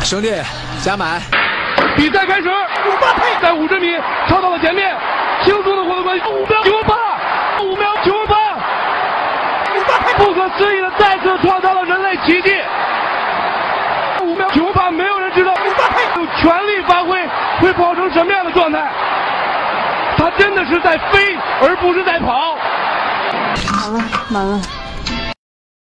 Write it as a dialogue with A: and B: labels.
A: 兄弟，加满。
B: 比赛开始，姆巴佩在五十米超到了前面，轻松的获得冠军。五秒九八，五秒九八，姆巴佩不可思议的再次创造了人类奇迹。五秒九八，没有人知道姆巴佩有全力发挥会跑成什么样的状态。他真的是在飞，而不是在跑。
C: 满了，满了。